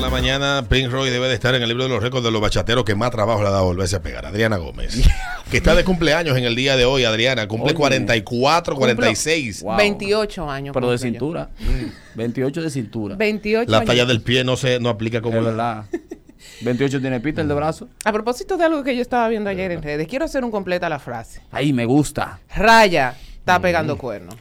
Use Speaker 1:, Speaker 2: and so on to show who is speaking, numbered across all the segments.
Speaker 1: la mañana, Prince Roy debe de estar en el libro de los récords de los bachateros que más trabajo le ha dado volverse a pegar. Adriana Gómez. Que está de cumpleaños en el día de hoy, Adriana. Cumple
Speaker 2: Oye.
Speaker 1: 44, 46.
Speaker 2: Wow.
Speaker 3: 28 años.
Speaker 2: Pero de
Speaker 3: cumplo yo.
Speaker 2: cintura. 28 de cintura.
Speaker 3: 28
Speaker 1: La
Speaker 3: años.
Speaker 1: talla del pie no se no aplica como.
Speaker 2: Es verdad. 28 tiene pita el de brazo.
Speaker 3: A propósito de algo que yo estaba viendo ayer en redes, quiero hacer un completa la frase.
Speaker 2: Ahí me gusta.
Speaker 3: Raya
Speaker 2: Mm.
Speaker 3: está pegando cuernos.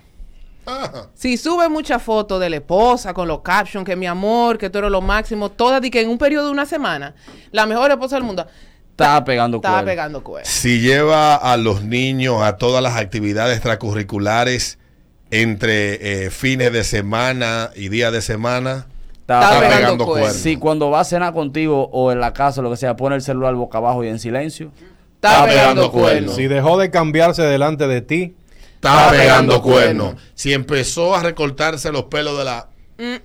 Speaker 1: Ajá.
Speaker 3: Si sube mucha foto de la esposa con los captions, que mi amor, que tú eres lo máximo, todas y que en un periodo de una semana, la mejor esposa del mundo
Speaker 2: Está pegando
Speaker 3: está
Speaker 2: cuernos.
Speaker 3: pegando cuernos.
Speaker 1: Si lleva a los niños a todas las actividades extracurriculares entre eh, fines de semana y días de semana,
Speaker 2: Está
Speaker 3: Está
Speaker 1: está
Speaker 2: pegando.
Speaker 1: pegando,
Speaker 3: pegando cuernos.
Speaker 1: cuernos.
Speaker 2: Si cuando va a cenar contigo o en la casa, lo que sea, pone el celular boca abajo y en silencio.
Speaker 3: Está,
Speaker 1: Está
Speaker 3: pegando,
Speaker 1: pegando
Speaker 3: cuernos.
Speaker 1: cuernos.
Speaker 4: Si dejó de cambiarse delante de ti,
Speaker 1: Está,
Speaker 3: Está pegando
Speaker 1: pegando cuernos.
Speaker 3: cuernos.
Speaker 1: Si empezó a recortarse los pelos de la.
Speaker 3: Está,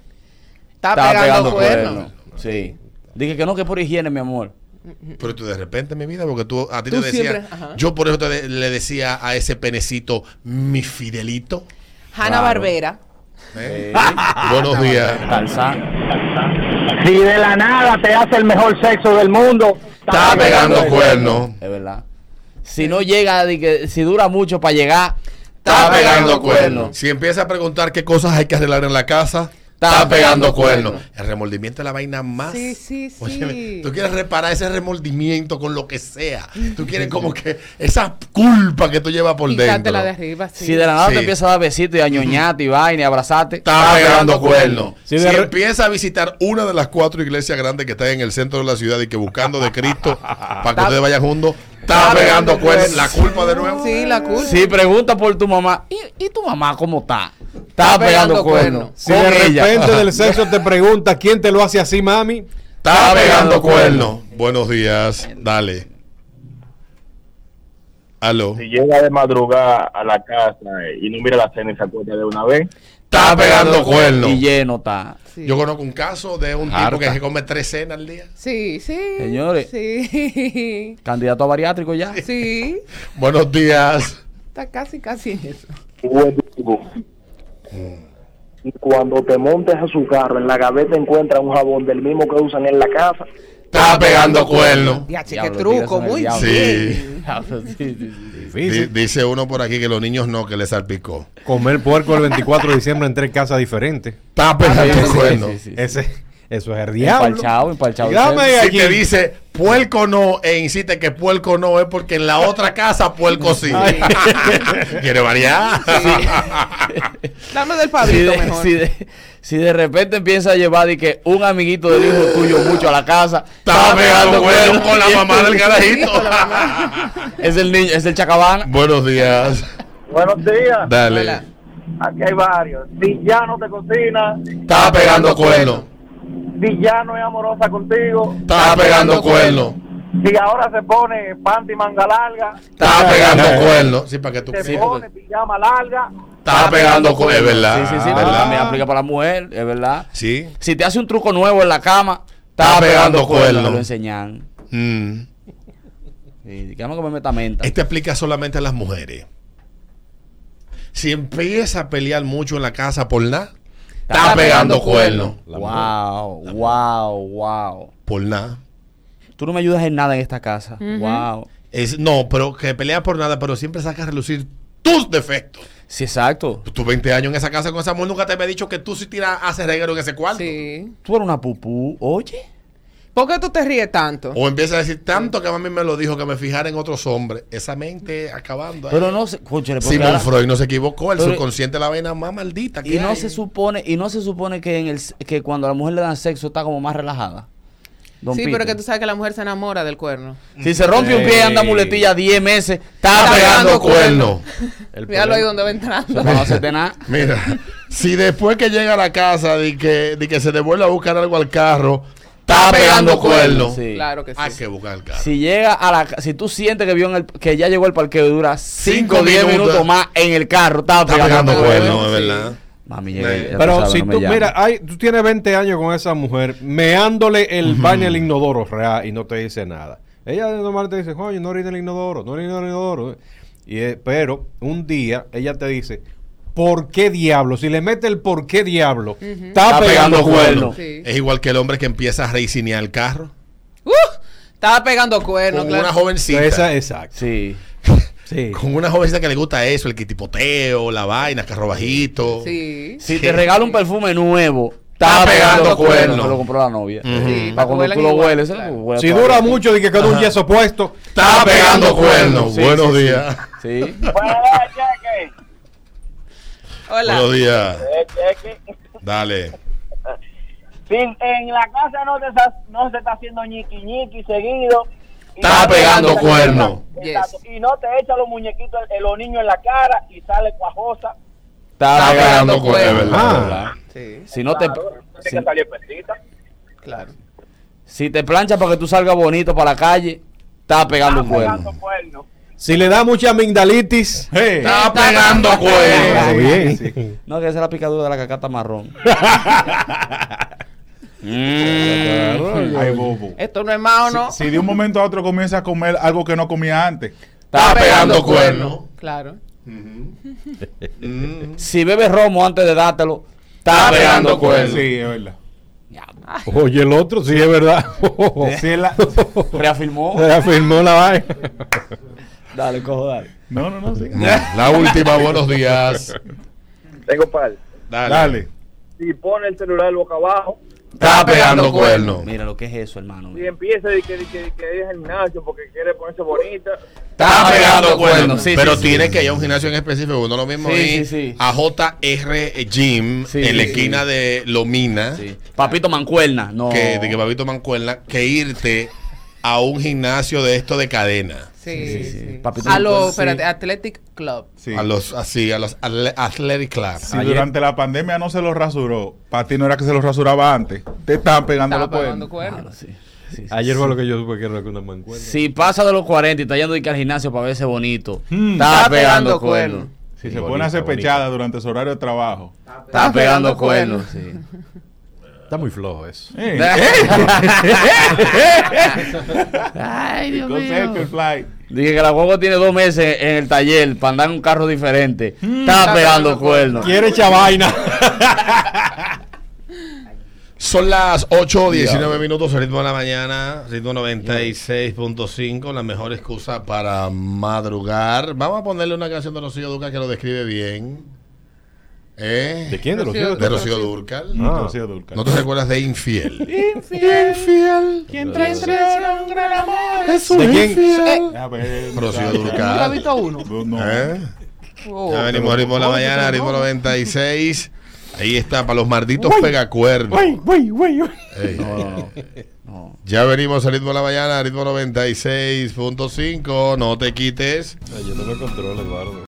Speaker 2: Está
Speaker 3: pegando,
Speaker 2: pegando
Speaker 3: cuernos.
Speaker 2: cuernos. Sí. Dije que no, que por higiene, mi amor.
Speaker 1: Pero tú de repente, mi vida, porque tú a ti
Speaker 3: Tú
Speaker 1: te decía.
Speaker 3: siempre, ajá.
Speaker 1: yo por eso te de- le decía a ese penecito, mi fidelito.
Speaker 3: Hanna Barbera.
Speaker 1: ¿eh? Buenos días.
Speaker 2: Tarzán.
Speaker 5: Si de la nada te hace el mejor sexo del mundo,
Speaker 1: Está pegando cuernos.
Speaker 2: Es verdad. Si no llega, di que- si dura mucho para llegar,
Speaker 1: Está pegando
Speaker 2: cuerno.
Speaker 1: cuernos. Si empieza a preguntar qué cosas hay que arreglar en la casa,
Speaker 2: Está
Speaker 1: está pegando
Speaker 2: pegando cuerno.
Speaker 1: cuernos. El remordimiento es la vaina más.
Speaker 3: Sí, sí, sí.
Speaker 1: Óyeme, tú quieres reparar ese remordimiento con lo que sea. Tú quieres como que esa culpa que tú llevas por dentro.
Speaker 3: Quitártela de arriba, sí.
Speaker 2: Si de la nada
Speaker 1: Sí.
Speaker 2: te empieza a dar besitos y a ñoñarte y vaina y abrazarte.
Speaker 1: Está pegando cuernos.
Speaker 4: Sí,
Speaker 1: si
Speaker 4: de re-
Speaker 1: empieza a visitar una de las cuatro iglesias grandes que están en el centro de la ciudad y que buscando de Cristo para que ustedes vayan juntos, está pegando cuernos. La culpa de nuevo.
Speaker 3: Sí, la culpa.
Speaker 2: Si pregunta por tu mamá, ¿y, y tu mamá cómo está? Está,
Speaker 3: pegando
Speaker 2: pegando cuernos.
Speaker 3: cuernos.
Speaker 4: si
Speaker 2: Con
Speaker 4: de
Speaker 2: ella.
Speaker 4: repente del sexo te pregunta quién te lo hace así, mami,
Speaker 1: Está pegando cuernos. Buenos días. Dale. Aló.
Speaker 5: Si llega de madrugada a la casa y no mira la cena y se acuerda de una vez,
Speaker 1: Está pegando cuernos.
Speaker 2: Y lleno está.
Speaker 3: Sí.
Speaker 1: Yo conozco un caso de un tipo
Speaker 2: Harta.
Speaker 1: que se come tres cenas al día.
Speaker 3: Sí, sí.
Speaker 2: Señores.
Speaker 3: Sí.
Speaker 2: Candidato a bariátrico ya.
Speaker 3: Sí.
Speaker 1: Buenos días.
Speaker 3: Está casi, casi en eso.
Speaker 5: huevo. Y Mm. cuando te montes a su carro, en la gaveta encuentra un jabón del mismo que usan en la casa.
Speaker 1: Está pegando cuernos.
Speaker 3: Ya, che, qué
Speaker 2: Diablo,
Speaker 3: truco,
Speaker 2: tíraselo al
Speaker 3: muy
Speaker 2: diablo.
Speaker 3: bien.
Speaker 2: Diablo, sí, sí, sí.
Speaker 1: Di-
Speaker 4: difícil.
Speaker 1: Dice uno por aquí que los niños no, que les salpicó.
Speaker 4: Comer puerco el 24 de diciembre en tres casas diferentes.
Speaker 1: Está
Speaker 2: Sí,
Speaker 1: pegando
Speaker 2: sí,
Speaker 1: cuernos.
Speaker 2: sí, sí.
Speaker 4: Ese, eso es el diablo.
Speaker 2: Empalchado, empalchado.
Speaker 4: Y dame
Speaker 2: Usted-
Speaker 4: ahí.
Speaker 1: Si te
Speaker 4: aquí.
Speaker 1: dice puerco no e insiste que puerco no es porque en la otra casa puerco sí. Quiere variar.
Speaker 3: Dame del
Speaker 2: Si
Speaker 3: Pablito
Speaker 2: de,
Speaker 3: mejor.
Speaker 2: si de- si de repente empieza a llevar de que un amiguito del hijo tuyo mucho a la casa,
Speaker 1: Está pegando cuernos con la mamá del carajito.
Speaker 2: Es el niño, es el chacabán.
Speaker 1: Buenos días.
Speaker 5: Buenos días.
Speaker 1: Dale.
Speaker 3: Hola.
Speaker 5: Aquí hay varios. Si ya no te cocina,
Speaker 1: Está pegando cuernos.
Speaker 5: si ya no es amorosa contigo,
Speaker 1: Está pegando cuernos.
Speaker 5: si ahora se pone panty manga larga,
Speaker 1: Está pegando cuernos. Sí, para que tú.
Speaker 5: se
Speaker 2: Sí,
Speaker 5: pone pijama larga,
Speaker 1: Está pegando cuernos. Es
Speaker 2: Sí,
Speaker 1: verdad.
Speaker 2: sí, sí, pero
Speaker 1: ¿verdad?
Speaker 2: también aplica para la mujer, es verdad.
Speaker 1: Sí.
Speaker 2: Si te hace un truco nuevo en la cama,
Speaker 1: Está pegando cuerno.
Speaker 2: me Lo enseñan.
Speaker 1: Mm.
Speaker 2: Sí, que vamos a comer metamenta.
Speaker 1: Este aplica solamente a las mujeres. Si empieza a pelear mucho en la casa por nada, está pegando cuernos.
Speaker 2: Wow, wow, wow.
Speaker 1: Por nada.
Speaker 2: Tú no me ayudas en nada en esta casa. Wow.
Speaker 1: Es, no, pero que pelea por nada, pero siempre saca a relucir tus defectos.
Speaker 2: Sí, exacto.
Speaker 1: Tus 20 años en esa casa con esa mujer nunca te había dicho que tú sí tiras haces reguero en ese cuarto.
Speaker 3: Sí.
Speaker 2: Tú eres una pupú. Oye.
Speaker 3: ¿Por qué tú te ríes tanto?
Speaker 1: O empieza a decir tanto que a mí me lo dijo que me fijara en otros hombres. Esa mente acabando. ahí.
Speaker 2: Pero no se. cónchale, porque
Speaker 1: Sigmund
Speaker 2: ahora-
Speaker 1: Freud no se equivocó, el
Speaker 2: Pero-
Speaker 1: subconsciente es la vaina más maldita.
Speaker 2: y
Speaker 1: que
Speaker 2: no
Speaker 1: hay.
Speaker 2: se supone, y no se supone que en el que cuando a la mujer le dan sexo está como más relajada. Don
Speaker 3: sí,
Speaker 2: Peter.
Speaker 3: pero que tú sabes que la mujer se enamora del cuerno.
Speaker 2: Si se rompe un pie y anda
Speaker 4: Sí.
Speaker 2: muletilla 10 meses, está,
Speaker 1: Está
Speaker 2: pegando.
Speaker 1: pegando cuernos.
Speaker 4: El
Speaker 3: Míralo ahí
Speaker 4: problema-
Speaker 3: donde va entrando.
Speaker 2: No hacerte nada.
Speaker 1: Mira, si después que llega a la casa de que, di que se le vuelve a buscar algo al carro, está pegando cuernos.
Speaker 2: Sí.
Speaker 3: Claro que sí.
Speaker 1: Hay que buscar el carro.
Speaker 2: Si llega a la ca- si tú sientes que vio en el, que ya llegó al parqueo y dura 5
Speaker 1: Cinco
Speaker 2: o 10
Speaker 1: minutos.
Speaker 2: minutos más en el carro, está,
Speaker 1: Está pegando
Speaker 3: cuernos,
Speaker 1: cuernos, de
Speaker 3: sí.
Speaker 1: verdad.
Speaker 2: Mami, llegué, ya
Speaker 4: Pero
Speaker 2: sabes,
Speaker 4: si
Speaker 2: no me
Speaker 4: tú,
Speaker 2: llames.
Speaker 4: mira, ah, ay, tú tienes 20 años con esa mujer meándole el baño el inodoro real y no te dice nada. Ella normal te dice, coño, no orina el inodoro, no orina el inodoro. Y, eh, pero un día ella te dice, por qué diablo. Si le mete el por qué diablo,
Speaker 2: Está
Speaker 4: Ah,
Speaker 1: Está pegando cuernos.
Speaker 3: Sí.
Speaker 1: Es igual que el hombre que empieza a reicinear el carro.
Speaker 3: ¡Uh! Estaba pegando cuernos,
Speaker 1: con
Speaker 3: claro.
Speaker 1: una jovencita.
Speaker 4: esa exacto.
Speaker 2: Sí.
Speaker 4: Sí.
Speaker 1: Con una jovencita que le gusta eso, el quitipoteo, la vaina, carro bajito.
Speaker 3: Sí.
Speaker 2: Si
Speaker 1: Sí.
Speaker 2: te regala un perfume nuevo,
Speaker 1: Está pegando cuernos.
Speaker 2: Te lo compró la novia.
Speaker 1: Ujú.
Speaker 3: Sí,
Speaker 2: Para cuando
Speaker 3: huelan
Speaker 2: tú lo
Speaker 3: igual,
Speaker 2: hueles,
Speaker 3: claro.
Speaker 2: eso lo huele
Speaker 4: Si
Speaker 2: todavía.
Speaker 4: dura mucho de que queda un yeso puesto,
Speaker 1: Está pegando cuernos.
Speaker 2: Sí,
Speaker 1: Buenos
Speaker 2: sí, sí.
Speaker 1: días.
Speaker 2: Sí.
Speaker 3: Hola.
Speaker 1: Buenos días.
Speaker 6: Es que
Speaker 1: Dale.
Speaker 6: sin- en la casa no, te está- no se está haciendo ñiqui ñiqui seguido. Y
Speaker 1: Está
Speaker 6: no te-
Speaker 1: pegando cuerno.
Speaker 6: Exacto. Y no te echa los muñequitos, eh, los niños en la cara y sale cuajosa.
Speaker 2: Está
Speaker 3: pegando
Speaker 2: pegando
Speaker 3: cuernos.
Speaker 2: cuernos.
Speaker 4: Ah.
Speaker 2: ¿verdad?
Speaker 3: Sí,
Speaker 2: Si no te.
Speaker 6: Claro,
Speaker 2: Si,
Speaker 6: tiene que salir pesita.
Speaker 3: claro.
Speaker 2: si te planchas para que tú salgas bonito para la calle, está pegando
Speaker 6: Está Ah, pegando
Speaker 2: cuernos.
Speaker 6: cuerno.
Speaker 4: si le da mucha amigdalitis, eh. hey.
Speaker 1: Está pegando
Speaker 4: Ah,
Speaker 1: cuernos.
Speaker 4: bien.
Speaker 2: No, que esa es la picadura de la cacata marrón.
Speaker 4: Mm. Ay, bobo.
Speaker 3: Esto Eh, no es más o no.
Speaker 7: Si de un momento a otro comienza a comer algo que no comía antes.
Speaker 1: Está pegando cuernos.
Speaker 3: Claro.
Speaker 2: Si bebes romo antes de dártelo,
Speaker 1: Está
Speaker 2: está pegando
Speaker 1: pegando cuernos.
Speaker 7: Sí, es verdad.
Speaker 4: Oye, el otro, sí, es verdad. Oh,
Speaker 7: Si es la-
Speaker 2: cuernos. Reafirmó.
Speaker 4: Se afirmó la vaina.
Speaker 2: Dale, cojo, dale.
Speaker 7: No, no, no. sí.
Speaker 1: La última, buenos días.
Speaker 5: Tengo par.
Speaker 1: Dale.
Speaker 7: Dale.
Speaker 5: Si pone el celular boca abajo
Speaker 1: Está pegando cuernos.
Speaker 2: Mira lo que es eso, hermano.
Speaker 5: y empieza de que, de que, de que ir al gimnasio porque quiere ponerse bonita.
Speaker 1: Está pegando cuernos.
Speaker 2: Sí,
Speaker 1: Pero
Speaker 2: sí,
Speaker 1: tiene
Speaker 2: sí.
Speaker 1: que ir a un gimnasio en específico. Uno lo mismo
Speaker 2: Sí,
Speaker 1: ir
Speaker 2: sí, sí.
Speaker 1: a JR Gym
Speaker 2: Sí,
Speaker 1: en la
Speaker 2: sí,
Speaker 1: esquina de Lomina.
Speaker 2: Sí. Oh. Papito Mancuerna, no.
Speaker 1: que, de que Babito Mancuerna, que irte a un gimnasio de esto de cadena.
Speaker 3: Sí,
Speaker 2: Sí,
Speaker 3: sí.
Speaker 2: sí, sí. Papito
Speaker 3: a
Speaker 2: no
Speaker 3: lo,
Speaker 2: puede-
Speaker 3: espérate,
Speaker 2: sí.
Speaker 3: Athletic Club.
Speaker 7: Sí.
Speaker 1: A los así, a los atle- Athletic Club.
Speaker 4: Ah,
Speaker 7: Si
Speaker 2: Ayer-
Speaker 7: durante la pandemia no se los rasuró, para ti no era que se los rasuraba antes. Te estaban pegando
Speaker 3: Estaba
Speaker 7: los
Speaker 3: pagando
Speaker 7: cuernos.
Speaker 2: Claro,
Speaker 3: cuernos.
Speaker 2: sí. Sí, sí,
Speaker 4: Ayer
Speaker 2: sí.
Speaker 4: fue lo que yo supe que era que una mancuerna.
Speaker 2: Si pasa de los 40 y está yendo de que al gimnasio para verse bonito,
Speaker 7: Mm.
Speaker 2: está, pegando,
Speaker 3: Está pegando
Speaker 2: cuernos.
Speaker 3: cuernos.
Speaker 7: Si se pone a hacer pechada durante su horario de trabajo.
Speaker 2: Está, pegando cuernos, sí.
Speaker 4: Está muy flojo eso.
Speaker 7: Eh,
Speaker 2: Ay, Dios
Speaker 7: eh. go
Speaker 2: mío.
Speaker 7: circle fly.
Speaker 2: Dije que la guagua tiene dos meses en el taller para andar en un carro diferente. Hmm. está,
Speaker 3: Está
Speaker 2: pegando
Speaker 3: pegando
Speaker 2: cuernos.
Speaker 4: Quiere echar vaina.
Speaker 1: Son las 8, 19 minutos, ritmo de la mañana, ritmo 96.5, la mejor excusa para madrugar. Vamos a ponerle una canción de Rocío Duca que lo describe bien. ¿Eh?
Speaker 4: ¿De quién? ¿De los
Speaker 3: Rocío
Speaker 4: hijos?
Speaker 1: De Rocío Durcal.
Speaker 4: Ah.
Speaker 7: Rocío Dúrcal.
Speaker 1: ¿No te recuerdas de Infiel?
Speaker 3: ¿Quién traiciona un gran amor? Es
Speaker 4: ¿De quién? Eh.
Speaker 7: Déjame ver.
Speaker 1: Rocío
Speaker 3: ¿Nunca has
Speaker 1: Durcal.
Speaker 3: visto uno?
Speaker 7: No.
Speaker 1: ¿Eh?
Speaker 3: Oh.
Speaker 1: Ya venimos ritmo de la mañana, ritmo 96. Ahí está, para los malditos pegacuernos. Ey.
Speaker 2: No, no, no. No.
Speaker 1: Ya venimos a ritmo de la mañana, ritmo 96.5. No te quites.
Speaker 4: Yo no me controlo, Eduardo.